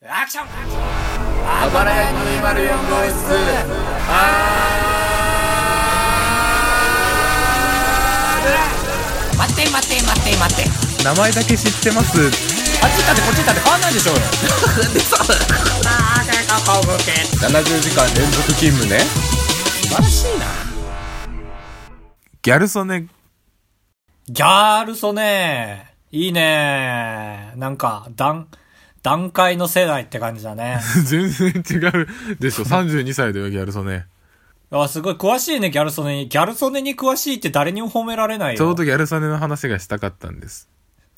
アクションあばらや204号室待って待って待って待って名前だけ知ってますあっち行ったってこっち行ったって変わんないでしょうよあー結構向け70時間連続勤務ね素晴らしいなギャル曽根 ギャルソねいいねなんか段段階の世代って感じ だね全然違うで しょ32歳だよギャル曽根あすごい詳しいねギャルソネにギャルソネに詳しいって誰にも褒められないよちょうどギャル曽根の話がしたかったんです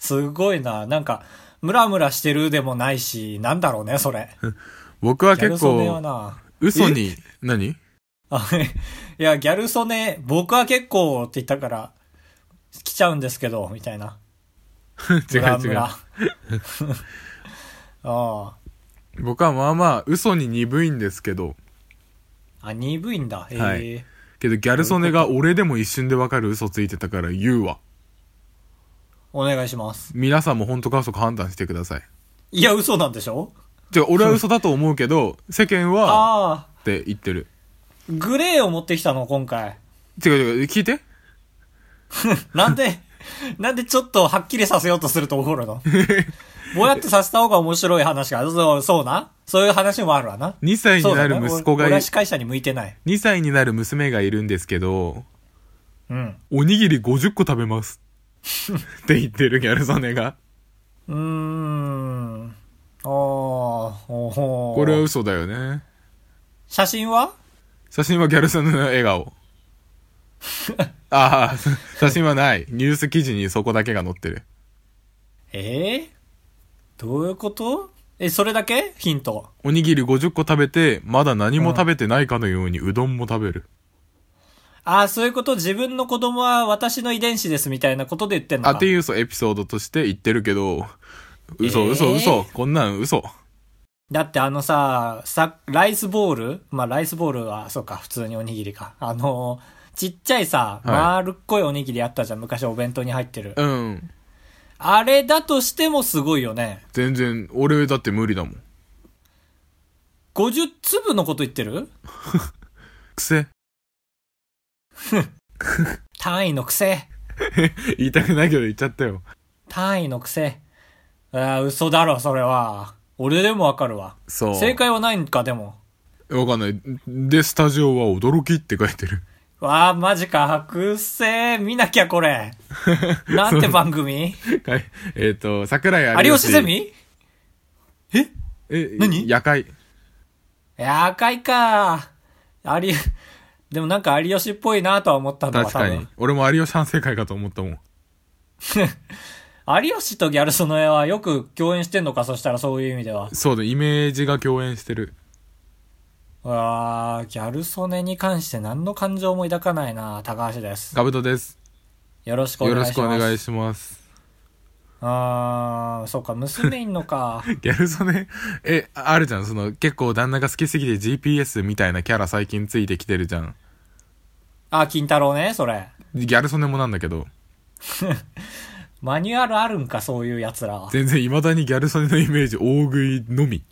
すごいななんかムラムラしてるでもないしなんだろうねそれ僕はギャル結ソネは構な 嘘に何あいや、ギャル曽根、僕は結構って言ったから、来ちゃうんですけど、みたいな。違うムラ違ムうラ ああ。僕はまあまあ嘘に鈍いんですけどあ、鈍いんだ。ええはいけどギャル曽根が俺でも一瞬でわかる嘘ついてたから言うわお願いします。皆さんも本当か嘘か判断してくださいいや、嘘なんでしょじゃあ俺は嘘だと思うけど世間はああって言ってるー、グレーを持ってきたの、今回。違う違う聞いてなんで、 なんでちょっとはっきりさせようとすると怒 るのぼやっとさせた方が面白い話が、そう、そうな。そういう話もあるわな。 2歳になる息子がそうだね俺い俺は司会者に向いてない。 2歳になる娘がいるんですけど、うん。おにぎり50個食べます。って言ってるギャル曽根が。うーん。あーおほーこれは嘘だよね。写真は写真はギャル曽根の笑顔。ああ、写真はない。ニュース記事にそこだけが載ってる。ええどういうことえ、それだけヒント。おにぎり50個食べて、まだ何も食べてないかのようにうどんも食べる。ああ、そういうこと自分の子供は私の遺伝子ですみたいなことで言ってんのあかっていう嘘エピソードとして言ってるけど、え嘘ー嘘嘘、こんなん嘘。だってあのさ、さ、ライスボールまあ、ライスボールは、そうか、普通におにぎりか。あのーちっちゃいさ、はい丸っこいおにぎりあったじゃん。昔お弁当に入ってる。うん。あれだとしてもすごいよね。全然、俺だって無理だもん。 50粒のこと言ってるくせ。単位の癖。言いたくないけど言っちゃったよ。単位の癖。ああ、嘘だろ、それは。俺でもわかるわ。そう。正解はないんか、でも。わかんない。で、スタジオは驚きって書いてる。わあ、マジか、白星、見なきゃ、これ。なんて番組はい。 えっ、と、桜井有吉。有吉ゼミええ、何夜会。いや、赤いか。あり、でもなんか有吉っぽいなとは思ったんだわ、確かに。俺も有吉反省会かと思ったもん。多分有吉とギャルソの絵はよく共演してんのか、そしたらそういう意味では。そうだ、イメージが共演してる。うわあ、ギャルソネに関して何の感情も抱かないな、高橋です。かぶとです。よろしくおよ願ろいしします。くお願いします。あー、そうか、娘いんのか。ギャル曽根、え、あるじゃん。その、結構旦那が好きすぎて GPS みたいなキャラ最近ついてきてるじゃん。あ、金太郎ね、それ。ギャル曽根もなんだけど、マニュアルあるんか、そういう奴らは。全然未だにギャル曽根のイメージ大食いのみ。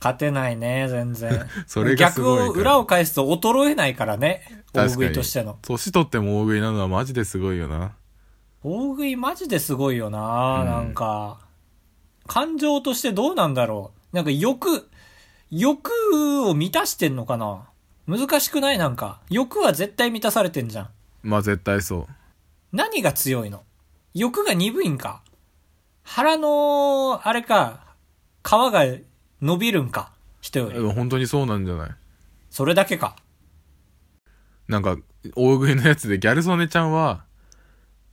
勝てないね、全然。 それがすごいから逆を、裏を返すと衰えないからね。確大か食にいとしての。年取っても大食いなのはマジですごいよな。大食いマジですごいよな、うんなんか。感情としてどうなんだろう。なんか欲、欲を満たしてんのかな難しくないなんか。欲は絶対満たされてんじゃん。まあ絶対そう。何が強いの欲が鈍いんか腹の、あれか、皮が伸びるんか人よでり。も本当にそうなんじゃないそれだけか。なんか、大食いのやつでギャル曽根ちゃんは、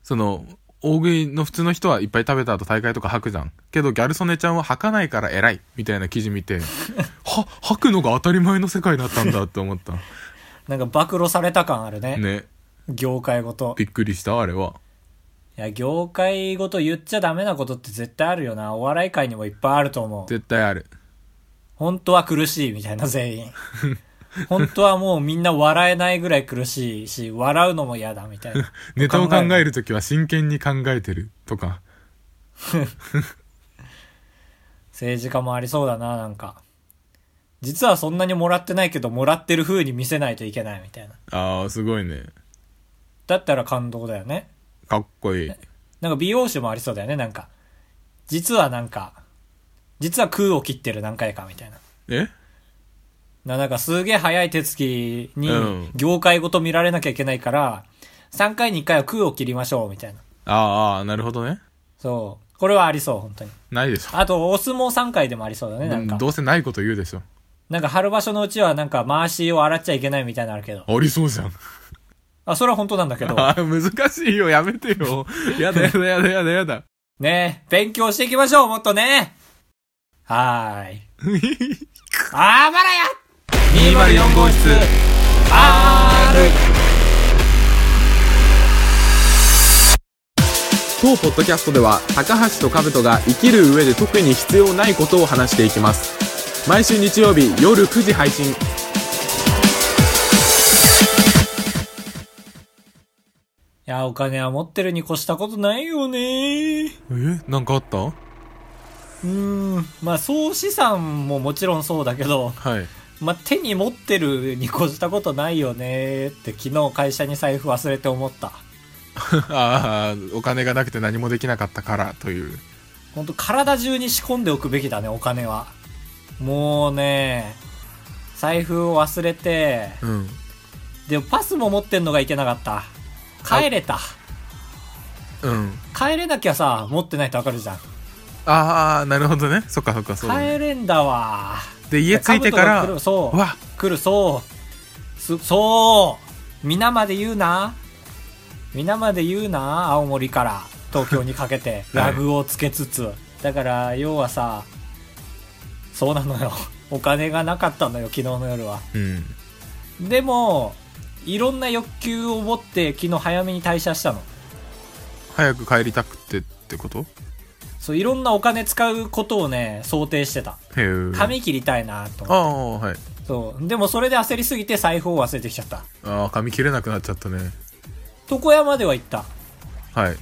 その、大食いの普通の人はいっぱい食べた後大会とか吐くじゃん。けどギャル曽根ちゃんは吐かないから偉いみたいな記事見て、は、吐くのが当たり前の世界だったんだって思った。なんか暴露された感あるね。ね。業界ごと。びっくりした、あれは。いや、業界ごと言っちゃダメなことって絶対あるよな。お笑い界にもいっぱいあると思う。絶対ある。本当は苦しいみたいな、全員。本当はもうみんな笑えないぐらい苦しいし、笑うのも嫌だみたいな。ネタを考考えるえるときは真剣に考えてるとか。政治家もありそうだな、なんか。実はそんなにもらってないけど、もらってる風に見せないといけないみたいな。ああ、すごいね。だったら感動だよね。かっこいい。なんか美容師もありそうだよね、なんか。実はなんか、実は空を切ってる何回かみたいな。えななんかすげえ早い手つきにうん業界ごと見られなきゃいけないから、3回に1回は空を切りましょうみたいな。あーあー、なるほどね。そう。これはありそう、本当に。ないでしょ。あと、お相撲3回でもありそうだね、なんか。どうせないこと言うでしょ。なんか春場所のうちはなんか回しを洗っちゃいけないみたいなのあるけど。ありそうじゃん。あ、それは本当なんだ けど。ああ、難しいよ。やめて よ。やだやだやだやだやだ。ねえ、勉強していきましょう、もっとね。はーい。あばらや204号室。当ポッドキャストでは高橋と兜が生きる上で特に必要ないことを話していきます毎週日曜日夜9時配信いや、お金は持ってるに越したことないよね。えなんかあったはうーん。まあ、総資産ももちろんそうだけど、い。まあ、手に持ってるに越したことないよねって昨日会社に財布忘れて思った。 ああ、お金がなくて何もできなかったからという。ほんと体中に仕込んでおくべきだね、お金は。もうね、財布を忘れて、うん。でもパスも持ってんのがいけなかった。帰れた。うん。帰れなきゃさ、持ってないとわかるじゃん。ああ、なるほどね。そっかそっか、そうだね、帰れんだわ。で、家着いてか兜が来らる、そう。わ、来る、そう。す、そう。皆まで言うな。皆まで言うな。青森から東京にかけて、ラグをつけつつ。だから、要はさ、そうなのよ。お金がなかったのよ、昨日の夜は。うん。でも、いろんな欲求を持って昨日早めに退社したの。早く帰りたくてってことそう、いろんなお金使うことをね、想定してた。へえ。髪切りたいなとあ思って。あ、はい。そう。でもそれで焦りすぎて財布を忘れてきちゃった。ああ、髪切れなくなっちゃったね。床屋までは行った。はい。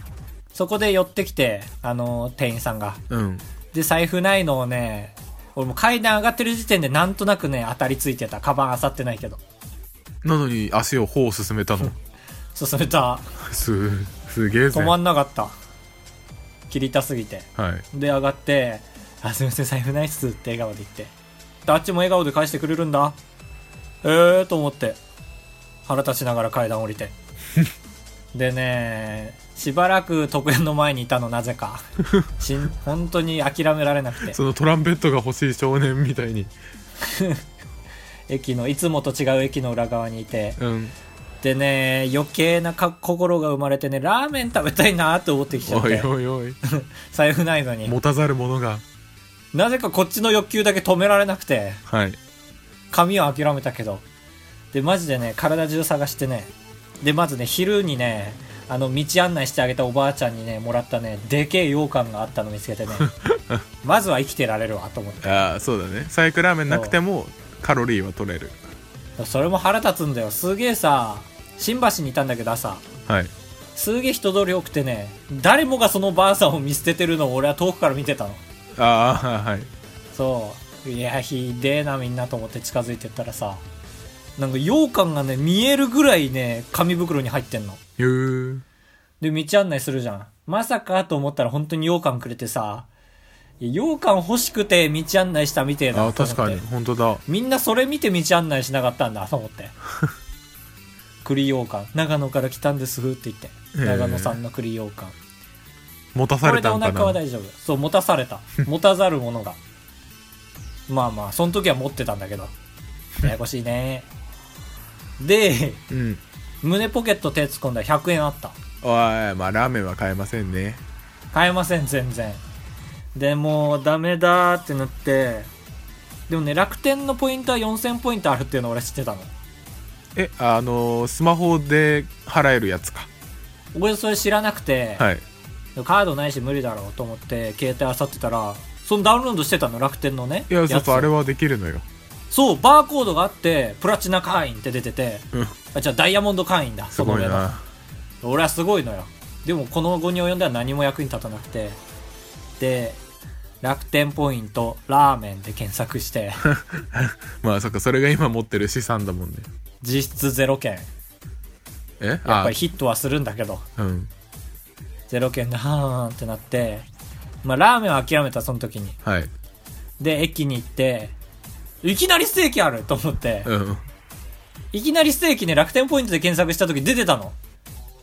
そこで寄ってきて、あの、店員さんが。うん。で、財布ないのをね、俺も階段上がってる時点でなんとなくね、当たりついてた。カバン漁ってないけど。なのに足を頬を進めたの。進めた。 す、すげえぜ。止まんなかった。切りたすぎて。はい。で、上がって、あ、すいません、財布ないっすって笑顔で言って。であっちも笑顔で返してくれるんだ。えーと思って。腹立ちながら階段降りて。でね、しばらく特園の前にいたの、なぜか。しん、本当に諦められなくて。そのトランペットが欲しい少年みたいに。駅のいつもと違う駅の裏側にいてうん。でね余計なか心が生まれてねラーメン食べたいなと思ってきちゃっおいておいおい。財布ないのに持たざる者が。なぜかこっちの欲求だけ止められなくてはい。髪を諦めたけどでマジでね体中探してねでまずね昼にねあの道案内してあげたおばあちゃんにねもらったねでけえ羊羹があったの見つけ てねまずは生きてられるわと思ってああ、そうだね。サイクラーメンなくてもカロリーは取れる。それも腹立つんだよすげえさ新橋にいたんだけど朝はい。すげえ人通り多くてね、誰もがそのばあさんを見捨ててるのを俺は遠くから見てたの。ああ、はい。そう。いや、ひでえなみんなと思って近づいてったらさ、なんか羊羹がね、見えるぐらいね、紙袋に入ってんの。ゆで、道案内するじゃん。まさかと思ったら本当に羊羹くれてさ、いや羊羹欲しくて道案内したみてえー。あなあ、と思っ確て。かに。本当だ。みんなそれ見て道案内しなかったんだと思って 栗羊羹長野から来たんですって言ってへえ長野産の栗羊羹持たこされれでたおんか腹はな。大丈夫そう持たさ れた持たざる者がまあまあその時は持ってたんだけどややこしいねでうん。胸ポケット手突っ込んだら100円あったおい、まあラーメンは買えませんね。買えません全然でもうダメだーってなってでもね楽天のポイントは4000ポイントあるっていうの俺知ってたのえ、あのースマホで払えるやつか。俺それ知らなくて、はい。カードないし無理だろうと思って携帯漁ってたらそのダウンロードしてたの楽天のねいや、つちょっとあれはできるのよ。そうバーコードがあってプラチナ会員って出てて、うんあじゃあダイヤモンド会員だすごいその上のな。俺はすごいのよでもこの後に及んでは何も役に立たなくてで楽天ポイントラーメンで検索して まあそっかそれが今持ってる資産だもんね実質ゼロ件えやっあぱりヒットはするんだけどうんゼロ件ではーんってなってまあラーメンは諦めたその時にはいで駅に行っていきなりステーキあると思って、うんいきなりステーキね楽天ポイントで検索した時出てたの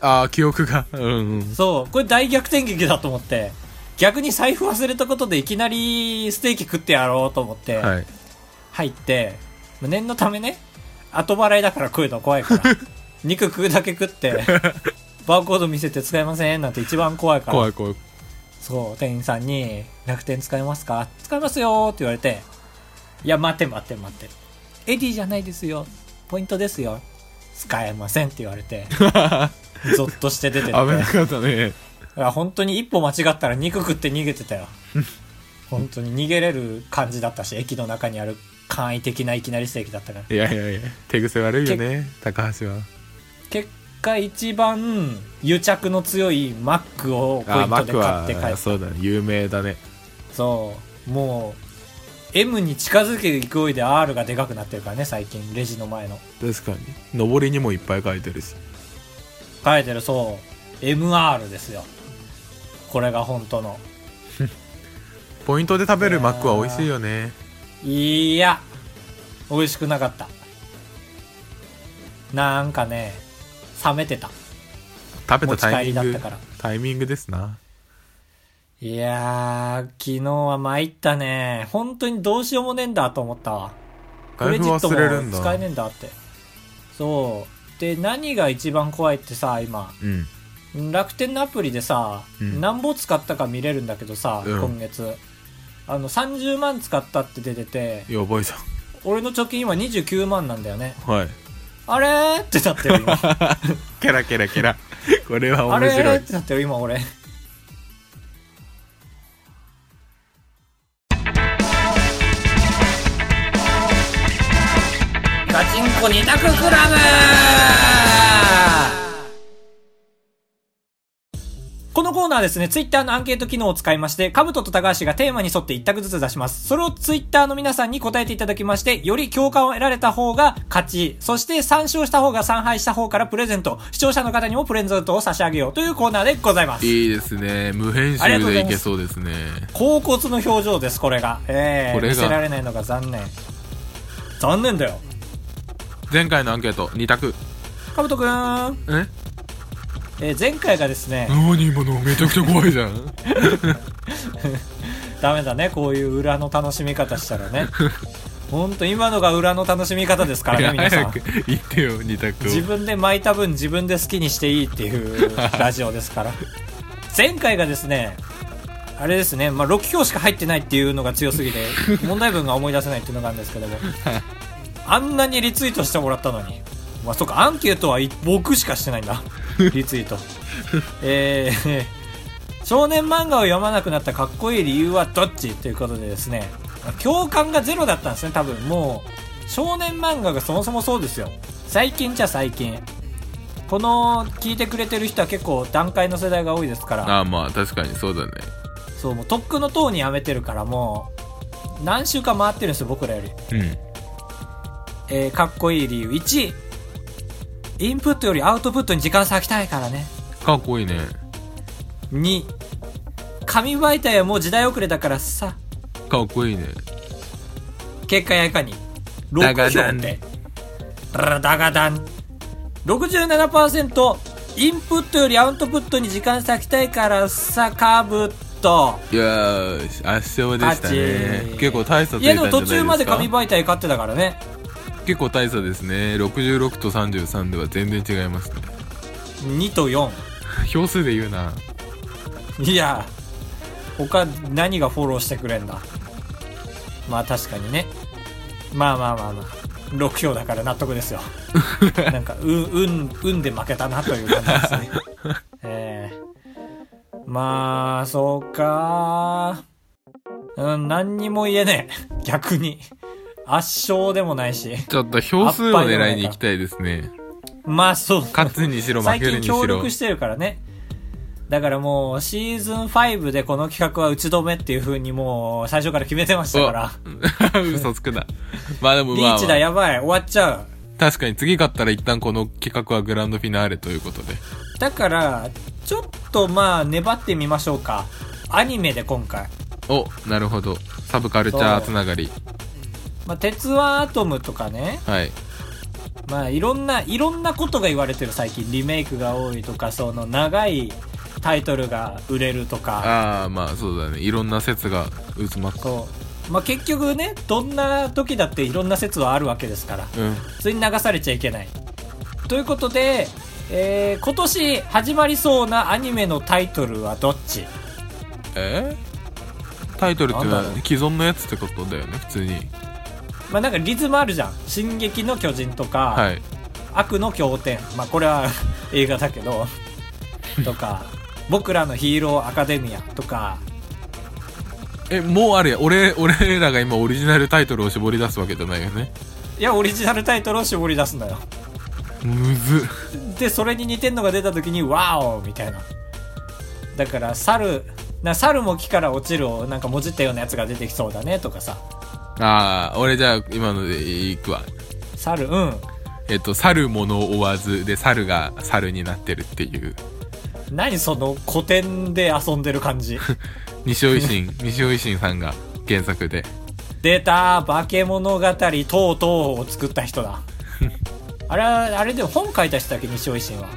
ああ記憶がうんうんそうこれ大逆転劇だと思って逆に財布忘れたことでいきなりステーキ食ってやろうと思って、はい入って、まあ念のためね、後払いだから食うの怖 いから。肉食うだけ食って、バーコード見せて使えませんなんて一番怖いから。怖い怖いそう、店員さんに、楽天使えますか使えますよーって言われて、いや、待て待て待て。エディじゃないですよ。ポイントですよ。使えませんって言われ て、ゾッとして出てって。危なかったねいや本当に一歩間違ったら肉食って逃げてたよ本当に逃げれる感じだったし駅の中にある簡易的ないきなりステーキだったからいやいやいや手癖悪いよね高橋は結果一番癒着の強いマックをポイあンマトッでク買はって帰ったそそうだね有名だねうもう M に近づけていく上で R がでかくなってるからね最近レジの前の確かに上りにもいっぱい書いてるし書いてるそう MR ですよこれが本当のポイントで食べるマックは美味しいよねいや、美味しくなかった。なんかね、冷めてた。食べ持たちタイ帰りミだンっグたから。タイミングですないやー、昨日は参ったね。本当にどうしようもねえんだと思ったわ。ク財レジ布ット忘れるんもだ使えねえんだって。そう。で、何が一番怖いってさ、今。うん楽天のアプリでさ、うん何ぼ使ったか見れるんだけどさ、うん今月。あの、30万使ったって出てて、やばいじ俺の貯金今29万なんだよね。ゃんはいあれーってなってる今。ケラケラケラ これはあれ面白いってなってる今俺ガチンコ二択クラブこのコーナーはですね、ツイッターのアンケート機能を使いまして、カブトと高橋がテーマに沿って一択ずつ出します。それをツイッターの皆さんに答えていただきまして、より共感を得られた方が勝ち、そして参勝した方が参敗した方からプレゼント、視聴者の方にもプレゼントを差し上げようというコーナーでございます。いいですね無編ありがと集うござでいいますけそうですね甲骨の表情です、これが。ええこれが見せられないのが残念。残念だよ。前回のアンケート2択かぶとくーん。ええー前回がですね、何今のめちゃくちゃ怖いじゃんダメだね、こういう裏の楽しみ方したら ね。ほんと、今のが裏の楽しみ方ですかいらね、や皆さ 早んく。言ってよ2択自を分で巻いた分自分で好きにしていいっていうラジオですから。前回がですね、あれですね、まあ、6票しか入ってないっていうのが強すぎて、問題文が思い出せないっていうのがあるんですけども、あんなにリツイートしてもらったのに、まあ、そっか、アンケートはい僕しかしてないんだ。リツイート。えー、少年漫画を読まなくなったかっこいい理由はどっちということでですね、まあ共感がゼロだったんですね、多分。もう、少年漫画がそもそもそうですよ。最近じゃ最近。この、聞いてくれてる人は結構段階の世代が多いですから。ああまあ確かにそうだねそう、もうとっくの塔にやめてるからもう、何週間回ってるんですよ、僕らより。うんえー、かっこいい理由。1、インプットよりアウトプットに時間割きたいからね。かっこいいね2、紙媒体はもう時代遅れだからさ、かっこいいね結果やいかに。だが6だ票んって。ラだがだん。67%、インプットよりアウトプットに時間割きたいからさ、かぶっと。よーし圧勝でした勝ねち結構大差ついたいやんじゃなでもいですか途中まで紙媒体買ってたからね。結構大差ですね66と33では全然違いますね2と4。票数で言うないや他何がフォローしてくれんだまあ確かにねまあまあまあまあ6票だから納得ですよなんかう運運で負けたなという感じですねええまあそうかうん何にも言えねえ逆に圧勝でもないしちょっと票数を狙いに行きたいですねまあそう勝つにしろ負最ける近に協しろ力してるからねだからもう、シーズン5でこの企画は打ち止めっていう風にもう、最初から決めてましたから。 嘘つくな。まあでもリまあ、ーチだ、まあやばい、終わっちゃう。確かに次勝ったら一旦この企画はグランドフィナーレということで。だから、ちょっとまあ、粘ってみましょうか。アニメで今回。お、なるほど。サブカルチャーつながり。まあ、鉄腕アトムとかね。はい。まあ、いろんな、いろんなことが言われてる最近。リメイクが多いとか、その長いタイトルが売れるとか。ああ、まあそうだね。いろんな説が渦巻く。そう。まあ、結局ね、どんな時だっていろんな説はあるわけですから。うん。普通に流されちゃいけない。ということで、えー、今年始まりそうなアニメのタイトルはどっちえタイトルっていうのはなんだろう既存のやつってことだよね、普通に。まあなんかリズムあるじゃん。進撃の巨人とか、はい。悪の経典。まあこれは 映画だ けど、とか、僕らのヒーローアカデミアとか、え、もうあれや。俺、俺らが今オリジナルタイトルを絞り出すわけじゃないよね。いや、オリジナルタイトルを絞り出すのよ。むずっ。で、それに似てんのが出た時に、ワオみたいな。だから、猿、な猿も木から落ちるをなんかもじったようなやつが出てきそうだねとかさ。ああ、俺じゃあ今のでいくわ。猿、うん。えっと、去るものを追わずで、猿が猿になってるっていう。何その古典で遊んでる感じ。西尾維 新、西尾維新さんが原作で。出た化け物語とうとうを作った人だあれはあれでも本書いた人だっけ西尾維新は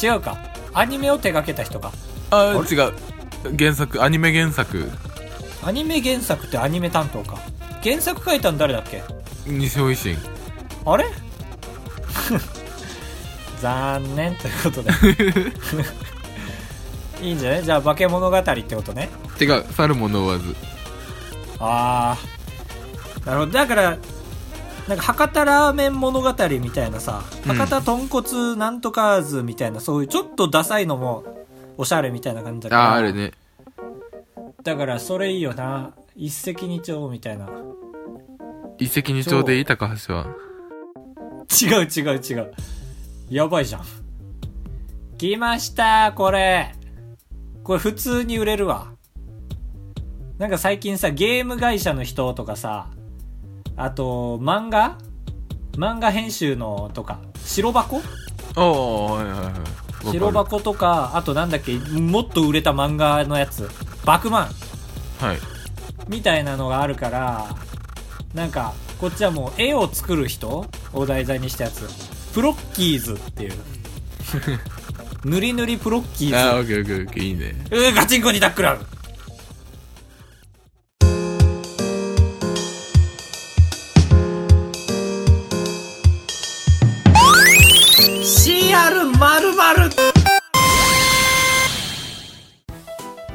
違うかアニメを手掛けた人かああ、違う。原作、アニメ原作、アニメ原作ってアニメ担当か原作書いたの誰だっけ西尾維新。あれ 残念ということで いいんじゃないじゃあ化け物語ってことね違う、去るものを追わず。ああなるほどだからなんか博多ラーメン物語みたいなさうん博多豚骨なんとかーずみたいな、そういうちょっとダサいのもおしゃれみたいな感じだからああ、あるね。だからそれいいよな一石二鳥みたいな一石二鳥でいい高橋は。違う違う違うやばいじゃん来ましたこれこれ普通に売れるわなんか最近さゲーム会社の人とかさあと漫画漫画編集のとか白箱おー、はいはいはい。わかる白。箱とかあとなんだっけもっと売れた漫画のやつバクマンはい。みたいなのがあるからなんかこっちはもう絵を作る人を題材にしたやつプロッキーズっていうぬりぬりプロッキあーあ、オッケーオッケーオッケー、いいね。ズうーガチンコにタックル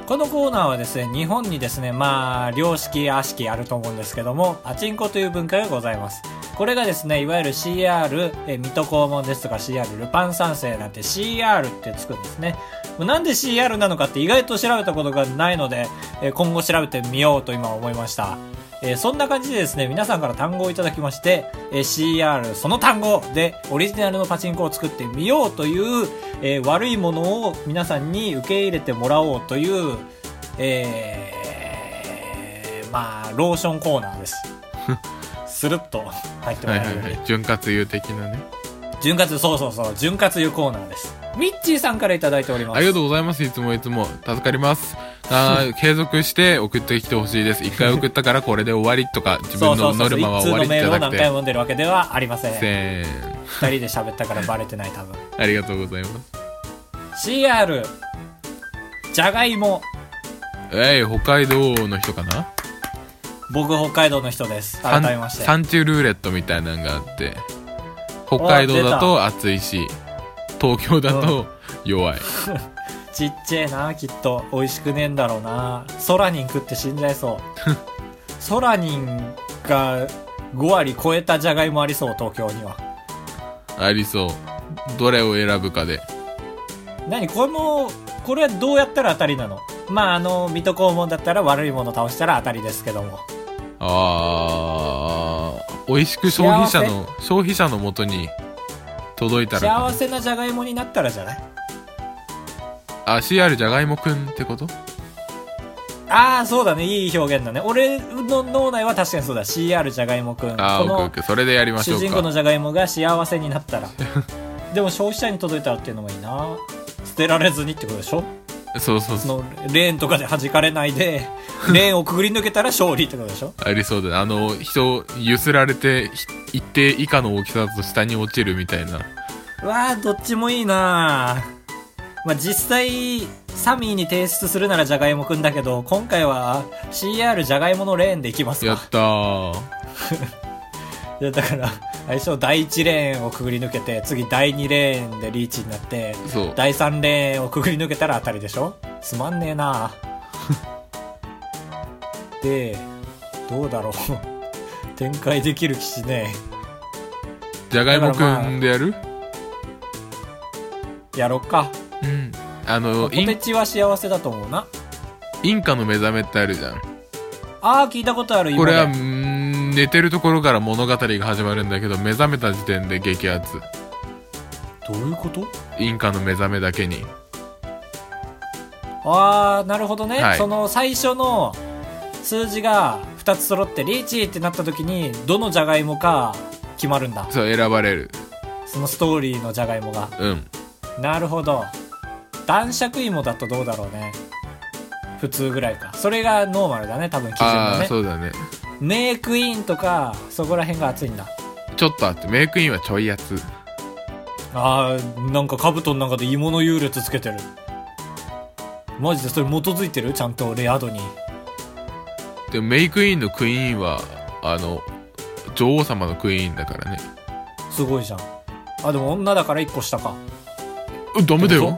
このコーナーはですね、日本にですね、まあ、良識、悪識あると思うんですけども、パチンコという文化がございます。これがですね、いわゆる CR、え水戸黄門ですとか CR、ルパン三世なんて CR ってつくんですね。なんで CR なのかって意外と調べたことがないので、えー今後調べてみようと今思いました。えーそんな感じでですね、皆さんから単語をいただきまして、えー CR その単語でオリジナルのパチンコを作ってみようという、えー悪いものを皆さんに受け入れてもらおうという、えーまあ、ローションコーナーです。スルッと入ってもはいらはいえるんはでい。潤滑油的なね。潤滑、そうそうそう、潤滑油コーナーです。ミッチーさんからいただいております。ありがとうございます。いつもいつも。助かります。あー継続して送ってきてほしいです。一回送ったからこれで終わり とか、自分そうそのうそノうそルう、マは一通終わのりじメーゃルをなく何回て。も読んでるわけではありません。二せーん。人で喋ったからバレてない、多分。ありがとうございます。 CR、じゃがいも。えい、北海道の人かな僕、北海道の人です。改めまして。山中ルーレットみたいなのがあって、北海道だと暑いし、東京だと弱い。ちっちゃいな、きっと。美味しくねえんだろうな。ソラニン食って死んじゃいそう。 ソラニンが5割超えたじゃがいもありそう、東京には。ありそう。どれを選ぶかで。何この、これはどうやったら当たりなのまあ、あの、水戸黄門だったら悪いもの倒したら当たりですけども。あー、美味しく消費者の、消費者のもとに届いたらかな幸せなじゃがいもになったらじゃないあ CR じゃがいもくんってことああそうだねいい表現だね俺の脳内は確かにそうだ CR じゃがいもくんこああオッケーオッのケーそれでやりましょ主う人公のかじゃがいもが幸せにな ったらでも消費者に届いたらっていうのもいいな捨てられずにってことでしょそうそうそそうのレーンとかで弾かれな いでレーンをくぐり抜けたら勝利ってことでしょありそうだねあの人揺すられてひ一定以下の大きさだと下に落ちるみたいなわあどっちもいいなまあ実際サミーに提出するならじゃがいもくんだけど今回は CR じゃがいものレーンでいきますやかったーいやだから最初第1レーンをくぐり抜けて次第2レーンでリーチになってそう第3レーンをくぐり抜けたら当たりでしょつまんねえな でどうだろう 展開できる気しねじゃがいもくんでやる、えやろっかうんあのポイテンチは幸せだと思うなインカの目覚めってあるじゃんああ聞いたことあるこれはう今ねーん寝てるところから物語が始まるんだけど目覚めた時点で激アツどういうことインカの目覚めだけにああなるほどね、はいその最初の数字が2つ揃ってリーチってなった時にどのじゃがいもか決まるんだそう選ばれるそのストーリーのじゃがいもがうんなるほど男爵芋だとどうだろうね普通ぐらいかそれがノーマルだね多分基準あだあーねそうだねメイクインとかそこら辺が熱いんだちょっとあってメイクインはちょいやつあーなんか兜の中で芋の優劣つけてるマジでそれ基づいてるちゃんとレア度にでもメイクインのクイーンはあの女王様のクイーンだからねすごいじゃんあでも女だから1個下かうダメだよん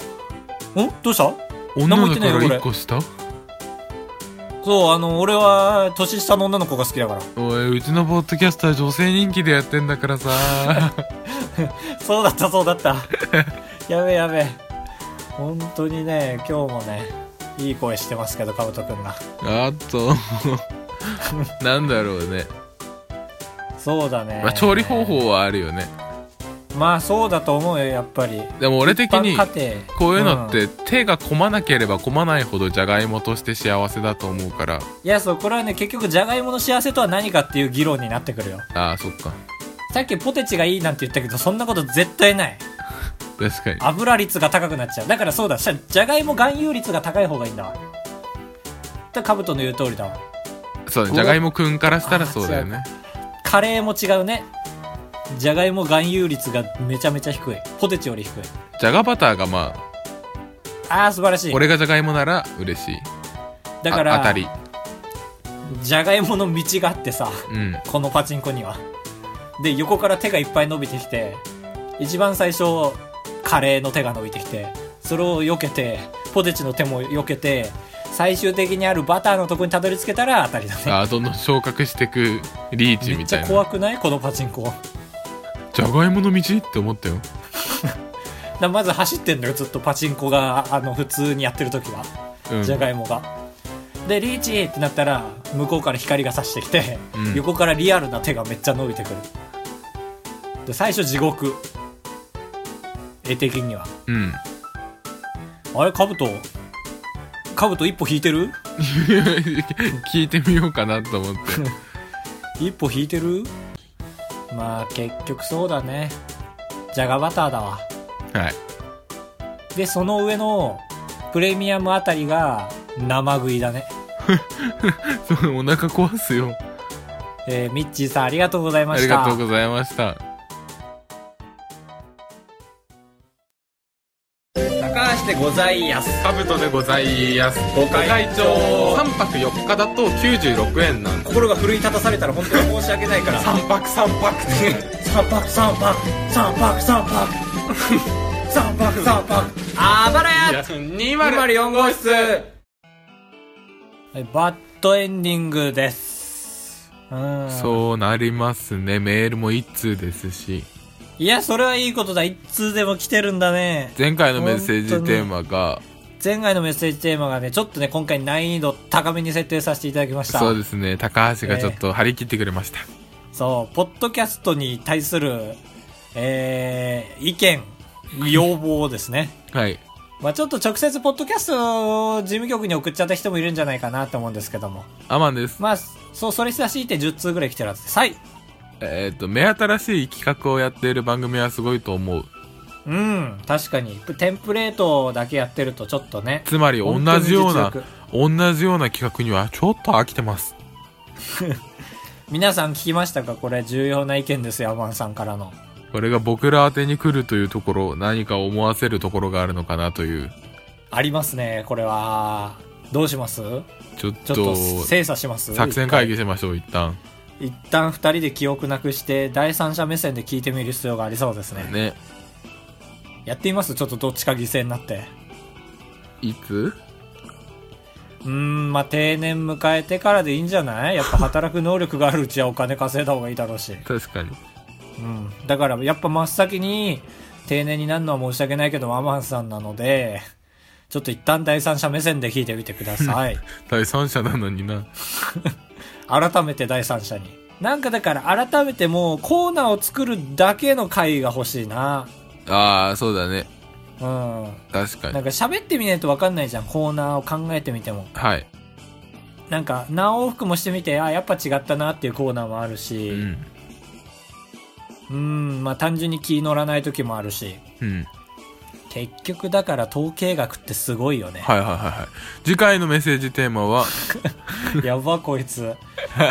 どうした女何も言っだてかないよらこ1れ個下そうあの俺は年下の女の子が好きだからおいうちのポッドキャスター女性人気でやってんだから さそうだったそうだった やべやべ本当にね今日もねいい声してますけどかぶとくんがあと なんだろうね、そうだね、まあ、調理方法はあるよねまあそうだと思うよやっぱりでも俺的に一般家庭こういうのっんてい手が込まなければ込まないほどじゃがいもとして幸せだと思うからやそうこれはね結局じゃがいもの幸せとは何かっていう議論になってくるよああそっかさっきポテチがいいなんて言ったけどそんなこと絶対ない確かに油率が高くなっちゃうだからそうだじゃじゃがいも含有率が高い方がいいんだわだかぶとの言う通りだわそうだねじゃがいもくんからしたらそうだよねカレーも違うねじゃがいも含有率がめちゃめちゃ低いポテチより低いじゃがバターがまああー素晴らしい俺がじゃがいもなら嬉しいだからあ当たりじゃがいもの道があってさうんこのパチンコにはで横から手がいっぱい伸びてきて一番最初カレーの手が伸びてきてそれを避けてポテチの手も避けて最終的にあるバターのとこにたどり着けたら当たりだねあーどんどん昇格してくリーチめっみちたいゃな怖くないこのパチンコだかじゃがいもの道って思ったよらまず走ってんのよずっとパチンコがあの普通にやってる時はうんじゃがいもが。で、リーチってなったら、向こうから光が差してきて、うん横からリアルな手がめっちゃ伸びてくる。で、最初地獄。絵的には。うん あれ、カブトカブト一歩引いてる聞いてみようかなと思って一歩引いてるまあ、結局そうだね。じゃがバターだわ。はいで、その上の、プレミアムあたりが、生食いだね。そうお腹壊すよえー、ミッチーさんありがとうございまあしりた。がとうございました高橋でございやすカブトでございますご会長3泊4日だと96円なんで心が奮い立たされたら本当に申し訳ないから三泊三泊三泊三泊三泊三泊三泊三泊あばらや204号室はいバッドエンディングですうんそうなりますねメールも1通ですしいやそれはいいことだ一通でも来てるんだね前回のメッセージテーマが前回のメッセージテーマがねちょっとね今回難易度高めに設定させていただきましたそうですね高橋がちょっと張り切ってくれました、そうポッドキャストに対するえー、意見要望をですねはいまあちょっと直接ポッドキャストを事務局に送っちゃった人もいるんじゃないかなと思うんですけども。アマンです。まあ、そう、それ差し引いて10通ぐらい来てるはずです。はい。えっ、と、目新しい企画をやっている番組はすごいと思う。うん、確かに。テンプレートだけやってるとちょっとね。つまり同じような本当に実力、同じような企画にはちょっと飽きてます。皆さん聞きましたかこれ重要な意見ですよ、アマンさんからの。これが僕ら宛てに来るというところ、何か思わせるところがあるのかなという。ありますね、これは。どうしますちょっちょっとと、精査します作戦会議しましょう、一旦。一旦二人で記憶なくして、第三者目線で聞いてみる必要がありそうですね。ね。やってみますちょっとどっちか犠牲になって。いつうーん、まあ、定年迎えてからでいいんじゃないやっぱ働く能力があるうちはお金稼いだ方がいいだろうし。確かに。うん。だから、やっぱ真っ先に、定年になるのは申し訳ないけど、ママンさんなので、ちょっと一旦第三者目線で聞いてみてください。第三者なのにな。改めて第三者に。なんかだから、改めてもう、コーナーを作るだけの回が欲しいな。ああ、そうだね。うん。確かなに。んか喋ってみないと分かんないじゃん、コーナーを考えてみても。はい。なんか、何往復もしてみて、あ、やっぱ違ったなっていうコーナーもあるし、ううんん。ーん、まあ単純に気乗らない時もあるし、うん。結局だから統計学ってすごいよね。はいはいはいはい。次回のメッセージテーマ は、やばこいつ。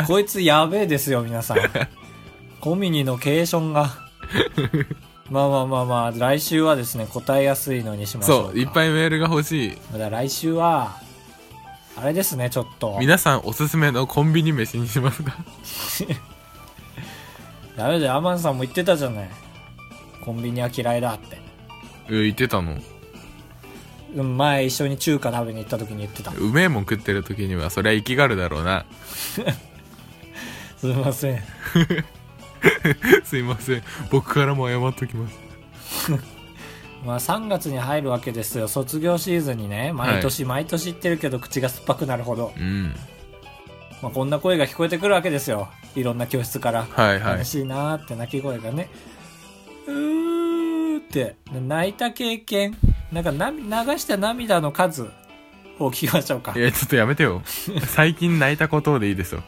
こいつやべえですよ、皆さん。コミニのケーションが。まあまあまあまあ、来週はですね、答えやすいのにしましょうそか。う、いっぱいメールが欲しい。だから来週は、あれですね、ちょっと。皆さんおすすめのコンビニ飯にしますかダメだよ、アマンさんも言ってたじゃない。コンビニは嫌いだって。 うん言ってたの。うん前一緒に中華食べに行った時に言ってた。うめえもん食ってる時には、そりゃ生きがるだろうな。 すいません。すいません。僕からも謝っときます。まあ3月に入るわけですよ。卒業シーズンにね、毎年毎年言ってるけど口が酸っぱくなるほど。うん。まあこんな声が聞こえてくるわけですよ。いろんな教室から。はいはい悲。しいなーって泣き声がね。うーって、泣いた経験。なんかな流した涙の数を聞きましょうかい。や、ちょっとやめて よ。最近泣いたことでいいですよ。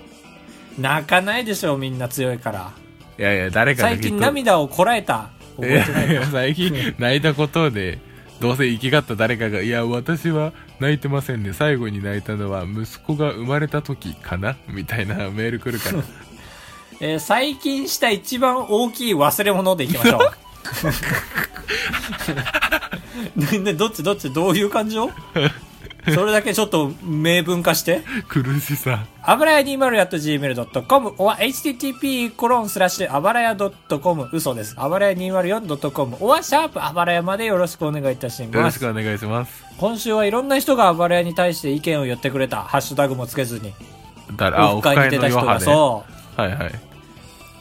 泣かないでしょ、みんな強いから。いやいや、誰かが最きっと近涙をこらえた。覚いえてなやいいかや、最近泣いたことで、どうせ生きがった誰かが、いや、私は泣いてませんね。最後に泣いたのは息子が生まれた時かなみたいなメール来るから。えー最近した一番大きい忘れ物でいきましょ う。ねね、どっちどっちどういう感情それだけちょっと明文化して。苦しさ。あばらや 204.gmail.com おは http コロンスラッシュあばらや .com 嘘です。あばらや 204.com おはシャープあばらやまでよろしくお願いいたしよろましすく。お願いします。今週はいろんな人があばらやに対して意見を言ってくれた。ハッシュタグもつけずに。誰あ、オオフフ会に会出のた人余波が、ね。そう。はいはい。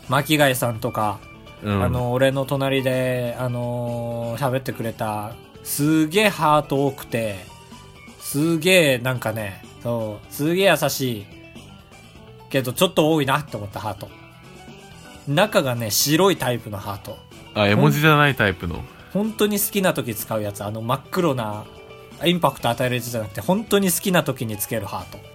巻貝さんとか、うん。あの俺の隣であのー喋ってくれたすげえハート多くてすげえなんかねそうすげえ優しいけどちょっと多いなって思ったハート中がね白いタイプのハートあ、絵文字じゃないタイプの。本当に好きな時使うやつあの真っ黒なインパクト与えるやつじゃなくて本当に好きな時につけるハート